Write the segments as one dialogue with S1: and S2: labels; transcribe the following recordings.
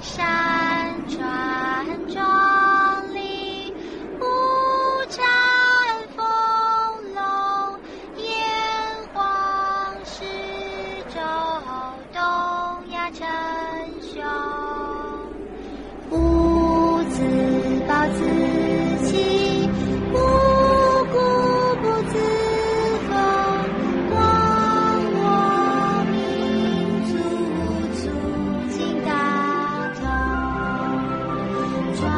S1: 山川壮丽，五展丰隆，炎黄始周，东亚称雄。无自暴自弃，无故不自封，忘我民族，促进大同，壮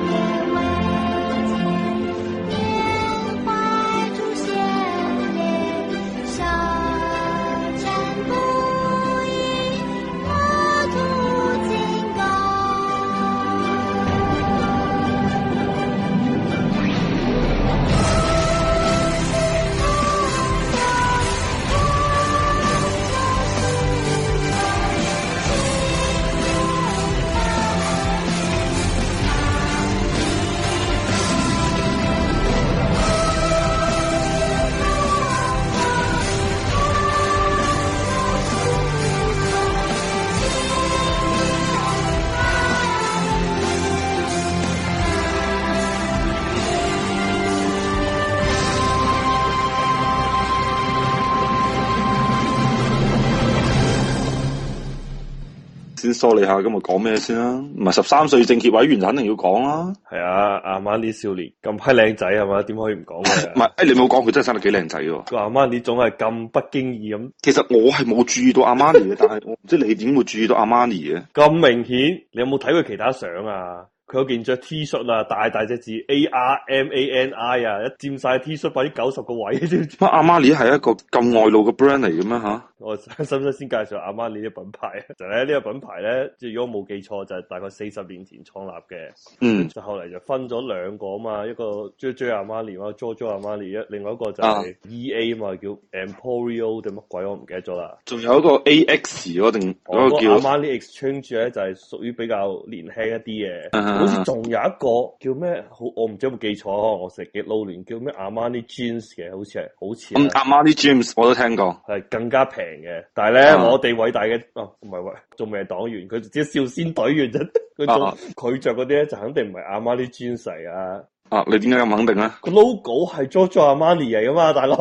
S1: 烈伟健，缅怀祖先烈，圣战不已，国土进攻。
S2: 先梳理下今日講咩先啦，唔係十三歲政協委員就肯定要講啦。
S3: 係啊，阿瑪尼少年咁批靚仔係嘛？點可以唔 講
S2: 唔
S3: 佢啊？
S2: 係，誒你冇講佢真係生得幾靚仔喎。
S3: 個阿瑪尼總係咁不經意咁
S2: 其實我係冇注意到阿瑪尼嘅，但係我唔知你點會注意到阿瑪尼嘅。
S3: 咁明顯，你有冇睇佢其他相啊？佢有件着 T 恤啊，大大隻字 A R M A N I 啊，一佔晒 T 恤百分之九十個位， 知唔知？
S2: 乜阿瑪尼係一個咁外露嘅 brand 嚟嘅咩吓？
S3: 我使唔使先介紹阿瑪尼呢個品牌？啊就係呢個品牌咧，即係如果我冇記錯，就係、大概四十年前創立嘅。
S2: 嗯，
S3: 就後嚟就分咗兩個啊嘛，一個 J J 阿瑪尼啊，Jo Jo 阿瑪尼，一另外一個就係 E A 啊嘛，叫 Emporio 定乜鬼我唔記得咗啦。
S2: 仲有一個 AX 嗰定嗰
S3: 嗰個
S2: 個
S3: 阿
S2: 哦叫
S3: 瑪尼 exchange 咧就係屬於比較年輕一啲嘅，
S2: 嗯嗯嗯
S3: 好似仲有一個叫咩？好我唔知有冇記錯，可能我成日記撈亂，叫咩阿瑪尼 jeans 嘅，好似係，好似
S2: 嗯
S3: 係
S2: 阿瑪尼 James 我都聽過。
S3: 係更加平嘅。但係咧，
S2: 啊
S3: 我哋偉大嘅啊，唔係喂，仲未係黨員，佢只係少先隊員啫。 佢仲
S2: 啊
S3: 佢着嗰啲咧就肯定唔係阿瑪尼 jeans 嚟啊。
S2: 啊，你點解咁肯定咧？
S3: 個 logo 係 Giorgio Armani 嚟噶嘛，大佬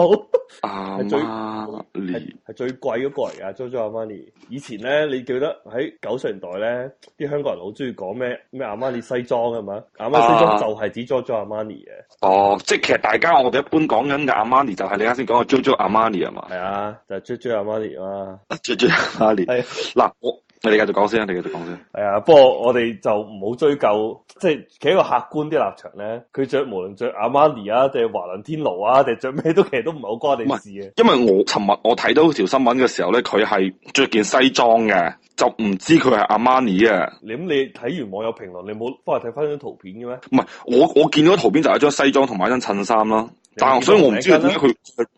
S2: 阿
S3: 最
S2: 瑪尼
S3: 係係最貴嗰個嚟噶 Giorgio Armani。以前咧，你記得喺九十年代咧，啲香港人好中意講咩咩 Armani 西裝係嘛，Armani 西裝
S2: 啊
S3: 就係指 Giorgio Armani 嘅，
S2: 哦，即係其實大家我哋一般講緊嘅阿瑪尼就係你啱先講嘅 JoJo 阿瑪尼係嘛
S3: 係啊，就係 Giorgio Armani 啊，
S2: ？JoJo 阿瑪尼。
S3: 係啊
S2: 嗱，我你哋繼續講先，你繼續講先。
S3: 係啊。不過我哋就唔好追究，即係企一個客觀啲立場咧，佢着無論着 Armani 啊，定係華倫天奴啊，定係着咩都其實都唔係好關我哋事嘅。
S2: 因為我尋日我睇到條新聞嘅時候咧，佢係着件西裝嘅，就唔知佢係阿瑪尼嘅。
S3: 你咁你睇完網友評論，你冇翻去睇翻張圖片嘅咩？
S2: 唔係，我我見到圖片就係一張西裝同埋一張襯衫啦。但係所以我唔知道點解佢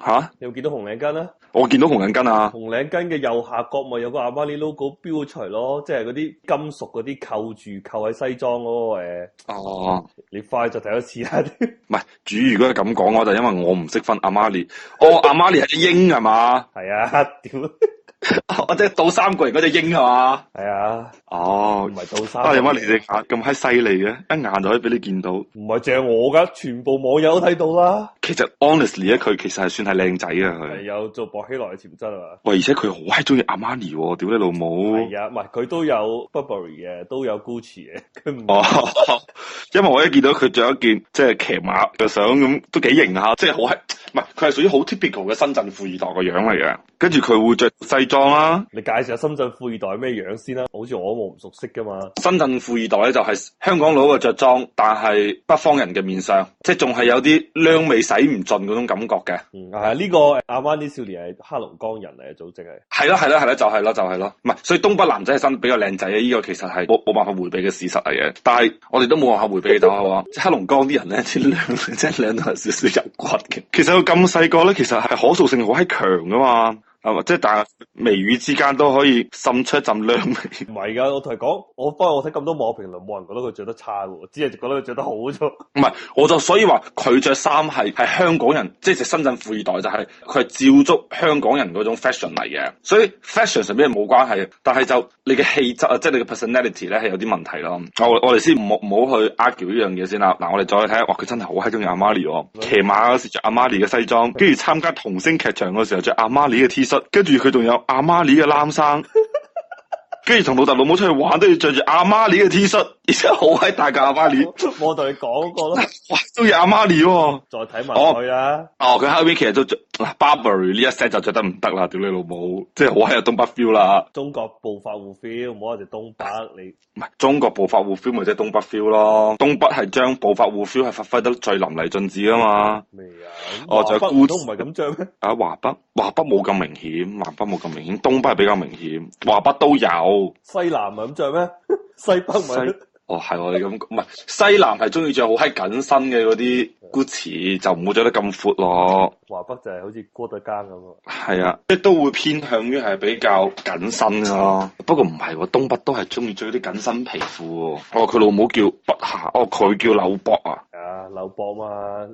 S2: 嚇、
S3: 你有冇見到紅領巾啊咧？
S2: 我見到紅領巾啊，
S3: 紅領巾嘅右下角咪有個阿瑪尼 logo 標出嚟咯，即係嗰啲金屬嗰啲扣住扣喺西裝嗰、個誒
S2: 哦，
S3: 你快就睇一次啦。
S2: 唔係，主如果係咁講嘅話，就因為我唔識分阿瑪尼。哦，阿瑪尼係隻鷹係嘛？
S3: 係啊，屌，
S2: 我即係倒三角形嗰隻鷹係嘛？
S3: 係啊，唔
S2: 哦，
S3: 係倒
S2: 啊，
S3: 三
S2: 你
S3: 角
S2: 媽你隻
S3: 形，
S2: 眼咁閪犀利嘅，一眼就可以俾你見到。
S3: 唔係淨係我噶，全部網友都睇到啦。
S2: 其實 honestly 咧，佢其實係算係靚仔啊佢
S3: 係。有做薄熙來嘅潛質啊嘛。
S2: 喂，而且佢好閪中意阿瑪尼喎，屌你老母！
S3: 係啊，唔係佢都有 Burberry 嘅，都有 Gucci 嘅， 佢唔
S2: 哦， 因為我一見到佢着一件即係騎馬嘅相咁，都幾型下，即係好閪，唔係佢係屬於好 typical 嘅深圳富二代個樣嚟嘅。跟住佢會着西裝啦，
S3: 你介紹下深圳富二代咩樣先啦？好似我冇唔熟悉噶嘛。
S2: 深圳富二代咧就係香港佬嘅着裝，但係北方人嘅面相，即係仲係有啲娘味洗唔盡嗰種感覺嘅。
S3: 嗯，係啊呢個阿瑪尼少年係黑龍江人嚟嘅，組織係。
S2: 係啦，係啦，係啦，就係啦，就係啦。唔係，所以東北男仔係生比較靚仔嘅，呢、個其實係冇冇辦法迴避嘅事實嚟嘅。但係我哋都冇辦法迴避到 係嘛，即係黑龍江啲人咧，啲靚真係靚到有少少有骨嘅。其實佢咁細個咧，其實係可塑性好閪強噶嘛。係嘛？即係但係眉宇之間都可以滲出一陣涼味。
S3: 唔係噶，我同你講，我不過我睇咁多網評論，冇人覺得佢着得差喎，只係覺得佢着得好啫。
S2: 唔係，我就所以話佢着衫係係香港人，即係深圳富二代就係佢係照足香港人嗰種 fashion 嚟嘅，所以 fashion 上邊係冇關係嘅，但係就你嘅氣質啊，即係你嘅 personality 咧係有啲問題咯。我我哋先唔好唔好去 argue 呢樣嘢先啦。嗱，我哋再睇下，哇！佢真係好閪中意阿瑪尼喎，騎馬嗰時着阿瑪尼嘅西裝，跟住參加童星劇場嗰時候着阿瑪尼嘅 T 恤，跟住佢仲有阿瑪尼嘅冷衫。跟住同老豆老母出去玩都要着住阿瑪尼嘅 T 恤，而且好閪大嘅阿瑪尼。
S3: 我同你講過咯，
S2: 哇，中意阿瑪尼喎！
S3: 再睇埋啊佢啦。
S2: 哦，佢後尾其實都着嗱 Burberry 呢一 set 就着得唔得啦，屌你老母，即係好閪有東北 feel 啦，
S3: 中國暴發戶 feel，唔好話就東北你。
S2: 唔係中國暴發戶 feel 咪即係東北 feel 咯，東北係將暴發戶 feel 係發揮得最淋漓盡致啊嘛，
S3: 咩啊？
S2: 哦就係
S3: 華北
S2: 孤
S3: 都唔係咁着咩？
S2: 啊華北華北冇咁明顯，華北冇咁明顯，東北係比較明顯，華北都有。
S3: 西南唔係咁着咩？ 西北唔係
S2: 西哦，係我哋咁講，唔係西南係中意着好閪緊身嘅嗰啲 Gucci，就唔會着得咁闊咯。
S3: 華北就係好似郭德綱咁啊。
S2: 係啊，即係都會偏向於係比較緊身噶咯。不過唔係喎，東北都係中意着啲緊身皮褲喎。哦，佢老母叫北下，哦佢叫柳博啊。
S3: 係啊，柳博嘛，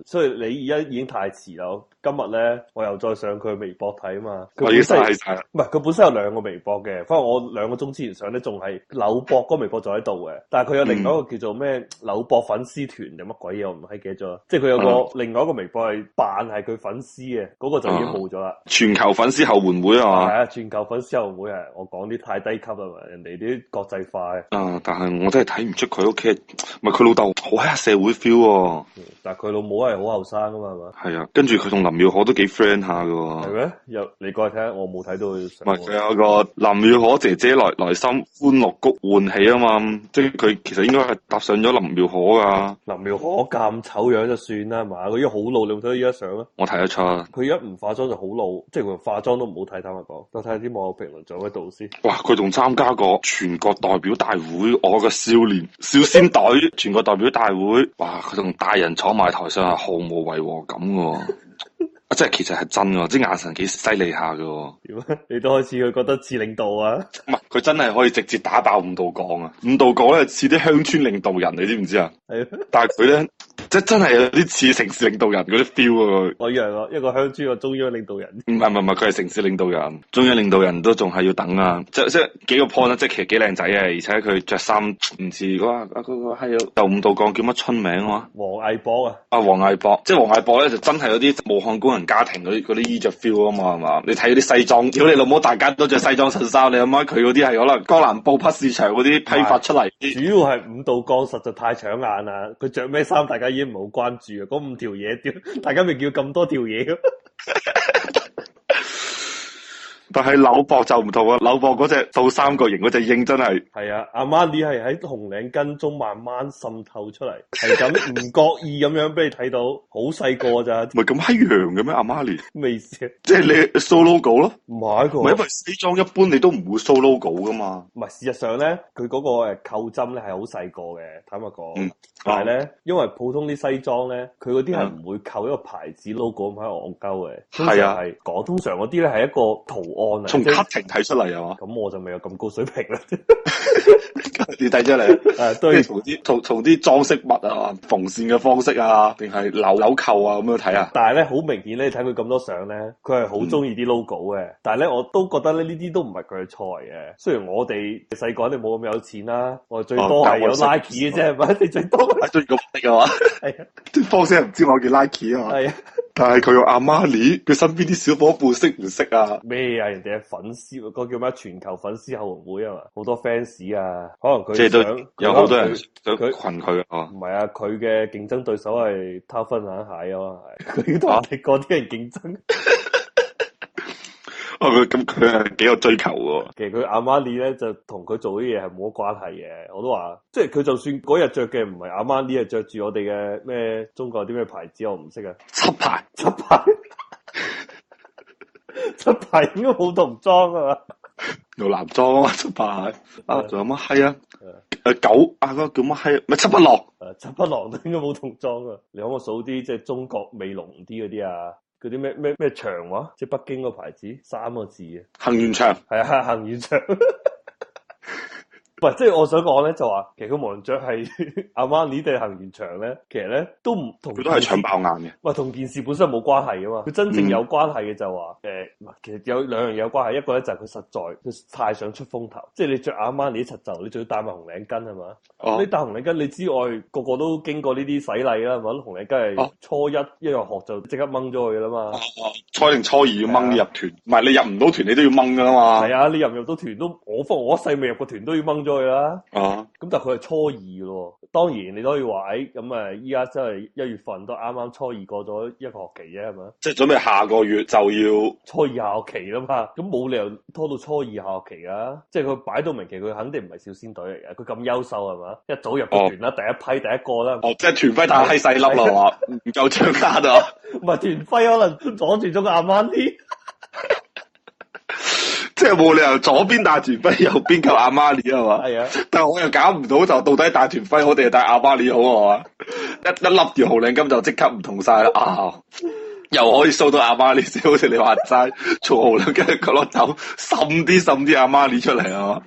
S3: 所以你而家已經太遲啦。今日咧，我又再上佢微博睇啊嘛。佢
S2: 我
S3: 本
S2: 要
S3: 身
S2: 晒晒啦。
S3: 唔係佢本身有兩個微博嘅，不過我兩個鐘之前上咧仲係柳博嗰個微博仲喺度嘅，但係佢有
S2: 嗯
S3: 另外一個叫做咩柳博粉絲團定乜鬼嘢，我唔閪記得咗啦。即係佢有
S2: 嗯
S3: 個另外一個微博係扮係佢粉絲嘅，嗰、個就已經冇咗啦。
S2: 全球粉絲後援會
S3: 係
S2: 啊。
S3: 啊，全球粉絲後會啊，我講啲太低級啦啊嘛，人哋啲國際化嘅，
S2: 啊！但係我真係睇唔出佢屋企，唔係佢老豆好閪社會 feel 喎。
S3: 但係佢老母係好後生噶嘛，係嘛？
S2: 係啊，跟住佢同林妙可都幾 friend 下噶喎。
S3: 係咩？又你過去睇下，我冇睇到佢
S2: 啊唔係佢
S3: 上。
S2: 有個林妙可姐姐來來心歡樂谷喚起啊嘛，即係佢其實應該係搭上咗林妙可噶，
S3: 林妙可咁醜樣就算啦，係嘛？佢依家好老，你有冇睇到依家相啊？
S2: 我睇得出。
S3: 佢一唔化妝就好老，即係佢化妝都唔好睇。坦白講，我睇下啲網友評論仲有咩導師，
S2: 哇！佢仲參加過全國代表大會，我嘅少年少先隊全國代表大會，哇！佢同大人坐埋台上係毫無違和感嘅喎，啊！即係其實係真嘅喎，啲眼神幾犀利下嘅喎，
S3: 點啊？ 你都開始佢覺得似領導啊？
S2: 唔 係佢真係可以直接打爆五道槓啊！五道槓咧似啲鄉村領導人，你知唔知啊？
S3: 係啊
S2: 但係佢咧即係真係有啲似城市領導人嗰啲 feel 啊！佢
S3: 我以為我一個鄉村個中央領導人，
S2: 嗯唔係唔係唔係，佢係城市領導人，中央領導人都仲係要等啊！即即幾個 point 啦，即其實幾靚仔嘅，而且佢着衫唔似嗰個啊嗰個係有五道槓叫乜春名啊？
S3: 黃毅博啊，
S2: 啊黃毅博，即黃毅博咧就真係嗰啲武漢工人家庭嗰啲嗰啲衣着 feel 啊嘛，係嘛？你睇嗰啲西裝，屌你老母，大家都着西裝襯衫，你阿媽佢嗰啲係可能江南布匹市場嗰啲批發出嚟啲。
S3: 主要係五道槓實在太搶眼啦。佢着咩衫大家已經唔好關注啊。嗰五條嘢，屌 大家咪叫咁多條嘢啊。
S2: 但係柳博就唔同啊，柳博嗰只倒三角形嗰只鷹真係
S3: 係啊，阿媽你係喺紅領巾中慢慢滲透出嚟，係咁唔覺意咁樣俾你睇到，好細個咋，
S2: 唔係咁閪洋嘅咩？阿媽連
S3: 咩意思啊？
S2: 即係你 show logo 咯。
S3: 唔係
S2: 唔係因
S3: 佢，
S2: 為西裝一般你都唔會 show logo 噶嘛，
S3: 唔係事實上咧，佢嗰個誒扣針咧係好細個嘅，坦白講。
S2: 嗯
S3: 但係咧，因為普通啲西裝咧，佢嗰啲係唔會扣一個牌子 logo 咁喺度戇鳩嘅，通常
S2: 係啊
S3: 係講通常嗰啲咧係一個圖案啊，
S2: 從
S3: 即係
S2: cutting 睇出嚟 係嘛？
S3: 咁我就未有咁高水 平啦。
S2: 你睇出嚟，
S3: 誒，
S2: 跟住
S3: 對
S2: 從啲從從啲裝飾物啊、縫線嘅方式啊，定係扭扭扣啊咁樣睇 啊？
S3: 但係咧，好明顯咧，你睇佢咁多相咧，佢係好中意啲 logo
S2: 嗯
S3: 嘅。但係咧，我都覺得咧，呢啲都唔係佢嘅菜嘅。雖然我哋細個肯定冇咁有錢啦，我哋最
S2: 哦
S3: 多係
S2: 但係
S3: 有
S2: 我識
S3: Nike 嘅啫，係咪？你最多 係
S2: 中意個的啊嘛，
S3: 係啊
S2: 啲方式唔知我叫 Nike 啊嘛，
S3: 係啊
S2: 但係佢用阿瑪尼，佢身邊啲小伙伴識唔識啊？
S3: 咩啊？人哋係粉絲，嗰個叫咩？全球粉絲後援會啊嘛，好多 fans 啊，可能佢
S2: 即係都
S3: 想
S2: 有
S3: 佢
S2: 好多人
S3: 佢
S2: 想群佢啊
S3: 唔。係啊，佢嘅競爭對手係偷分冷蟹啊嘛， 係佢同我哋嗰啲人競爭。
S2: 啊哦，佢咁佢係幾有追求喎。
S3: 其實佢阿瑪尼咧就同佢做啲嘢係冇乜關係嘅，我都話，即係佢就算嗰日着嘅唔係阿瑪尼，係着住我哋嘅咩中國有啲咩牌子我唔識啊，
S2: 七排
S3: 七牌，七牌應該冇童裝啊嘛，
S2: 有男裝啊，七排啊，仲有乜閪啊
S3: 嗯？
S2: 誒狗啊，嗰個叫乜閪？咪七匹狼。
S3: 呃 誒七匹狼都應該冇童裝啊，你可唔可以數啲即係中國味濃啲嗰啲啊？嗰啲咩咩咩長話，即係北京個牌子三個字嘅，
S2: 行完場，
S3: 係啊， 行遠長。唔係，即係我想講咧，就話其實佢無論着係 阿媽呢定係行完場咧，其實咧都唔同
S2: 佢都係搶爆眼嘅。
S3: 喂，同件事本身冇關係噶嘛，佢真正
S2: 嗯
S3: 有關係嘅就話，誒、唔係其實有兩樣嘢有關係，一個咧就係佢實在佢太想出風頭，即係你着阿瑪尼啲柒袖，你仲要戴埋紅領巾係嘛？
S2: 哦
S3: 你，戴紅領巾，你之外個個都經過呢啲洗禮啦，係嘛？紅領巾係
S2: 哦
S3: 初一一入學就即刻掹咗佢㗎啦嘛，
S2: 初定初二要掹你入團，唔係你入唔到團你都要掹噶啦嘛。
S3: 係啊，你入唔入到團都，我方我一世未入過團都要掹咗佢啦。
S2: 啊，
S3: 咁但係佢係初二咯，當然你都可以話，誒咁誒，依家真係一月份都啱啱初二過咗一個學期啫，係咪？
S2: 即係準備下個月就要
S3: 初二下學期啦嘛，咁冇理由拖到初二下學期噶，即係佢擺到明其實佢肯定唔係少先隊嚟嘅，佢咁優秀係嘛？一早入
S2: 哦
S3: 咗團啦，第一批第一個啦，
S2: 哦，即係團徽太閪細粒啦，係嘛？唔夠張卡啊！
S3: 唔係團徽可能阻住咗個阿媽啲，
S2: 即係冇理由左邊戴團徽，右邊扣阿瑪尼係嘛？
S3: 係啊，
S2: 但係我又搞唔到，就到底戴團徽好定係戴阿瑪尼好係嘛？一一粒條紅領巾就即刻唔同晒啦啊！又可以 show 到阿瑪尼先，好似你話齋，從紅領巾嘅角落走，滲啲滲啲阿瑪尼出嚟啊嘛！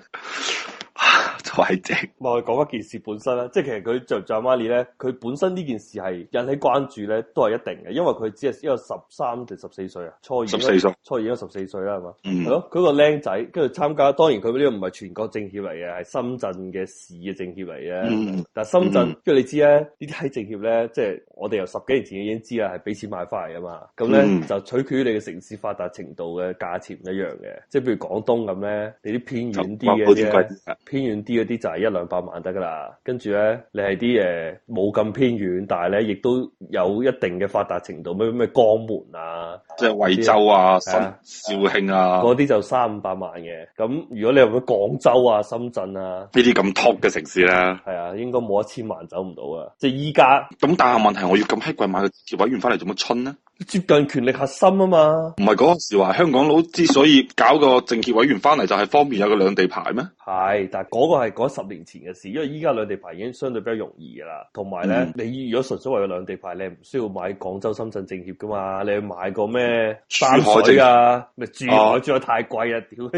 S2: 啊就係正，
S3: 咪我哋講一件事本身啦，即係其實佢着唔着阿瑪尼咧，佢本身呢件事係引起關注咧，都係一定嘅，因為佢只係一個十三定十四歲啊，初二應該
S2: 14歲，
S3: 初二應該十四歲啦係嘛？
S2: 嗯
S3: 係，咯，佢個僆仔跟住參加，當然佢呢個唔係全國政協嚟嘅，係深圳嘅市嘅政協嚟嘅。
S2: 嗯，
S3: 但係深圳
S2: 嗯，
S3: 跟住、你知咧，呢啲喺政協咧，即係我哋由十幾年前已經知啦，啊係俾錢買翻嚟噶嘛。咁咧、
S2: 嗯
S3: 就取決於你嘅城市發達程度嘅價錢唔一樣嘅。即係譬如廣東咁咧，你啲偏遠啲嘅
S2: 好
S3: 啲
S2: 似
S3: 咧
S2: 貴，
S3: 偏遠啲嗰啲就係一兩百萬得噶啦。跟住咧，你係啲誒冇咁偏遠，但係咧亦都有一定嘅發達程度，咩咩江門啊。
S2: 即係惠州啊、
S3: 係啊
S2: 新肇慶啊
S3: 嗰啲就三五百萬嘅。咁如果你入去廣州啊、深圳啊，
S2: 呢啲咁 top 嘅城市啦。
S3: 係啊，應該冇一千萬走唔到啊！即係依家
S2: 咁但係問題，我要咁閪貴買個委員翻嚟做乜春呢？
S3: 接近權力核心啊嘛，
S2: 唔係嗰陣時話香港佬之所以搞個政協委員翻嚟，就係方便有個兩地牌咩？
S3: 係，但係嗰個係講十年前嘅事，因為依家兩地牌已經相對比較容易噶啦，同埋
S2: 嗯
S3: 咧，你如果純粹為咗兩地牌，你係唔需要買廣州、深圳政協噶嘛，你去買個咩
S2: 珠
S3: 山
S2: 海
S3: 水啊，咪珠海
S2: 哦
S3: 珠海太貴啊， 屌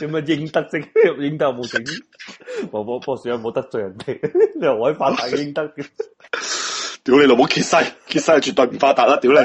S3: 你咪英德政，英德有冇整？冇冇，博士有冇得罪人哋？ 你又可以發達英德嘅。
S2: 屌你老母傑西，傑西係絕對唔發達啦！ 屌你，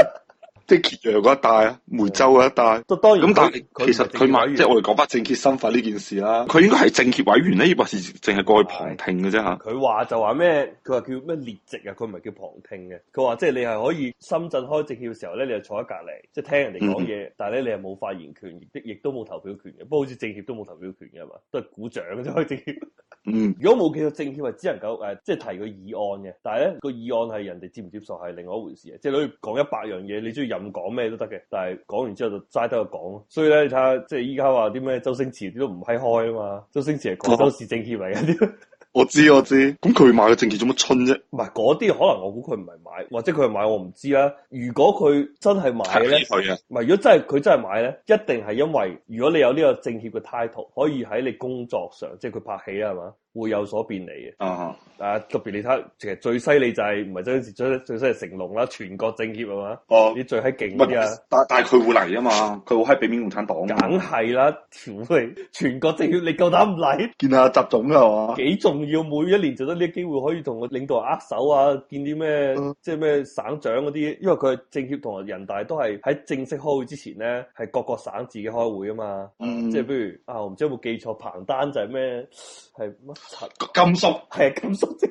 S2: 即係揭陽嗰一帶啊，梅州嗰一帶。
S3: 都當然
S2: 咁但
S3: 佢
S2: 係其實佢買，即係我哋講翻政協身份呢件事啦，佢應該係政協委員呢，抑或是淨係過去旁聽嘅啫嚇。
S3: 佢話就話咩？佢話叫咩列席啊？佢唔係叫旁聽嘅。佢話即係你係可以深圳開政協嘅時候咧，你就坐喺隔離，即係聽人哋講嘢，但係咧你係冇發言權，亦都亦都冇投票權嘅。不過好似政協都冇投票權嘅係嘛，都係鼓掌嘅啫。開政協
S2: 嗯，
S3: 如果冇記到政協係只能夠誒、呃即係提個議案嘅。但係咧個議案係人哋接唔接受係另外一回事嘅。即係你可以講一百樣嘢，你中意任講咩都得嘅。但係講完之後就齋得個講咯。所以咧，你睇下即係依家話啲咩周星馳啲都唔閪開啊嘛。周星馳係廣州市政協嚟嘅。
S2: 我知我知。咁佢買個政協做乜春啫？
S3: 唔係嗰啲，可能我估佢唔係買，或者佢係買我唔知啦。如果佢真係買
S2: 係
S3: 咧，
S2: 佢啊，
S3: 唔係如果真係佢真係買咧，一定係因為如果你有呢個政協嘅 title，可以喺你工作上，即係佢拍戲啦，係嘛，會有所便利嘅。
S2: 啊，
S3: 啊，特別你睇下，其實最犀利就係唔係周星馳最最犀利係成龍啦，全國政協係嘛，
S2: 哦，
S3: 你最閪勁
S2: 唔
S3: 嗰啲啊
S2: 係，，但但係佢會嚟啊嘛，佢好閪俾面共產黨啊㗎
S3: 梗係啦，條你全國政協你夠膽唔嚟？
S2: 見下習總㗎係嘛？
S3: 幾重要，每一年就得呢個機會可以同個領導人握手啊，見啲咩、
S2: 嗯
S3: 即係咩省長嗰啲，因為佢係政協同人大都係喺正式開會之前咧，係各個省自己開會啊嘛。
S2: 嗯
S3: 即係譬如啊，我唔知有冇記錯，彭丹就係咩係乜柒，
S2: 甘肅
S3: 係啊甘肅啫。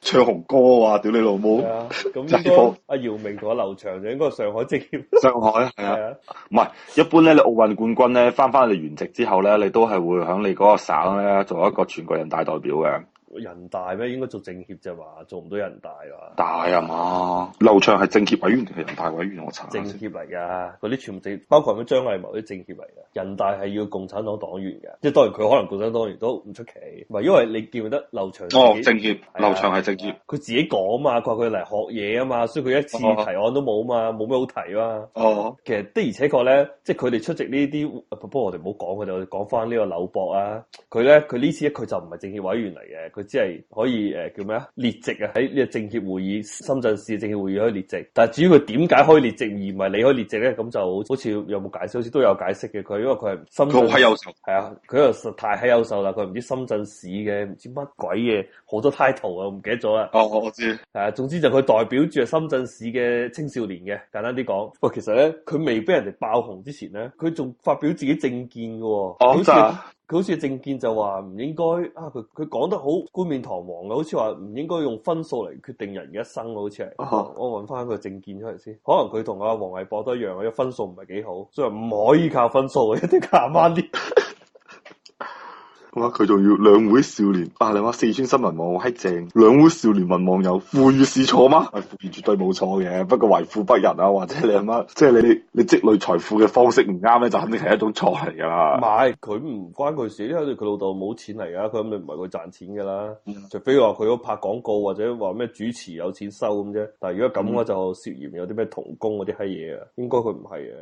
S2: 唱紅歌啊！屌你老母
S3: 係！啊，咁應
S2: 真係好
S3: 該阿姚明同阿劉翔就應該係上海政協。
S2: 上海係啊
S3: 係，啊，
S2: 唔係一般咧，你奧運冠軍咧翻翻你原籍之後咧，你都係會喺你嗰個省咧做一個全國人大代表嘅。
S3: 人大咩應該做政協啫嘛，做唔到人大嘛。
S2: 大啊嘛，劉翔係政協委員定係人大委員？我查下
S3: 政
S2: 先。
S3: 協嚟噶，嗰啲全部政，包括咩張藝謀啲政協嚟噶。人大係要共產黨黨員嘅，即係當然佢可能共產黨員都唔出奇，唔係因為你記唔記得劉翔自己
S2: 哦，政協，
S3: 啊
S2: 劉翔係政協。
S3: 佢自己講啊嘛，佢話佢嚟學嘢啊嘛，所以佢一次提案都冇啊嘛，冇咩好提嘛。
S2: 哦，
S3: 其實的而且確咧，即係佢哋出席呢啲，呃不過我哋唔好講佢哋，我哋講翻呢個柳博啊。佢咧，佢呢次佢就唔係政協委員嚟嘅，佢佢只係可以誒、呃叫咩啊列席啊喺呢個政協會議，深圳市政協會議可以列席。但係至於佢點解可以列席而唔係你可以列席咧，咁就好好似有冇解釋？好似都有解釋嘅。佢因為佢係深
S4: 佢好
S3: 圳
S4: 閪。優秀。
S3: 係啊，佢又實太閪優秀啦！佢唔知深圳市嘅，唔知乜鬼嘢，好多 title 啊，我唔記得咗啦。
S4: 哦，我我知，
S3: 係啊，總之就佢代表住係深圳市嘅青少年嘅，簡單啲講。喂，其實咧，佢未俾人哋爆紅之前咧，佢仲發表自己政見嘅喎、好
S4: 哦
S3: 似
S4: 咋
S3: 佢好似政見就話唔應該啊，佢佢講得好冠冕堂皇嘅，好似話唔應該用分數嚟決定人嘅一生喎好似係。
S4: 哦
S3: 我揾翻佢政見出嚟先，可能佢同阿黃偉博都一樣，佢分數唔係幾好，所以唔可以靠分數，一定靠啱啲。
S2: 哇！啊佢仲要兩會少年啊！你話四川新聞網好閪正，兩會少年問網友富裕是錯嗎？喂富裕絕對冇錯嘅，不過為富不仁啊，或者你阿媽即係你你積累財富嘅方式唔啱咧，就肯定係一種錯嚟㗎
S3: 唔
S2: 啦。
S3: 係，佢唔關佢事，因為佢老豆冇錢嚟噶，佢咁咪唔係佢賺錢噶啦。
S2: 嗯
S3: 除非話佢嗰拍廣告或者話咩主持有錢收咁啫。但係如果咁嘅話就涉嫌有啲咩童工嗰啲閪嘢啊，應該佢唔係嘅。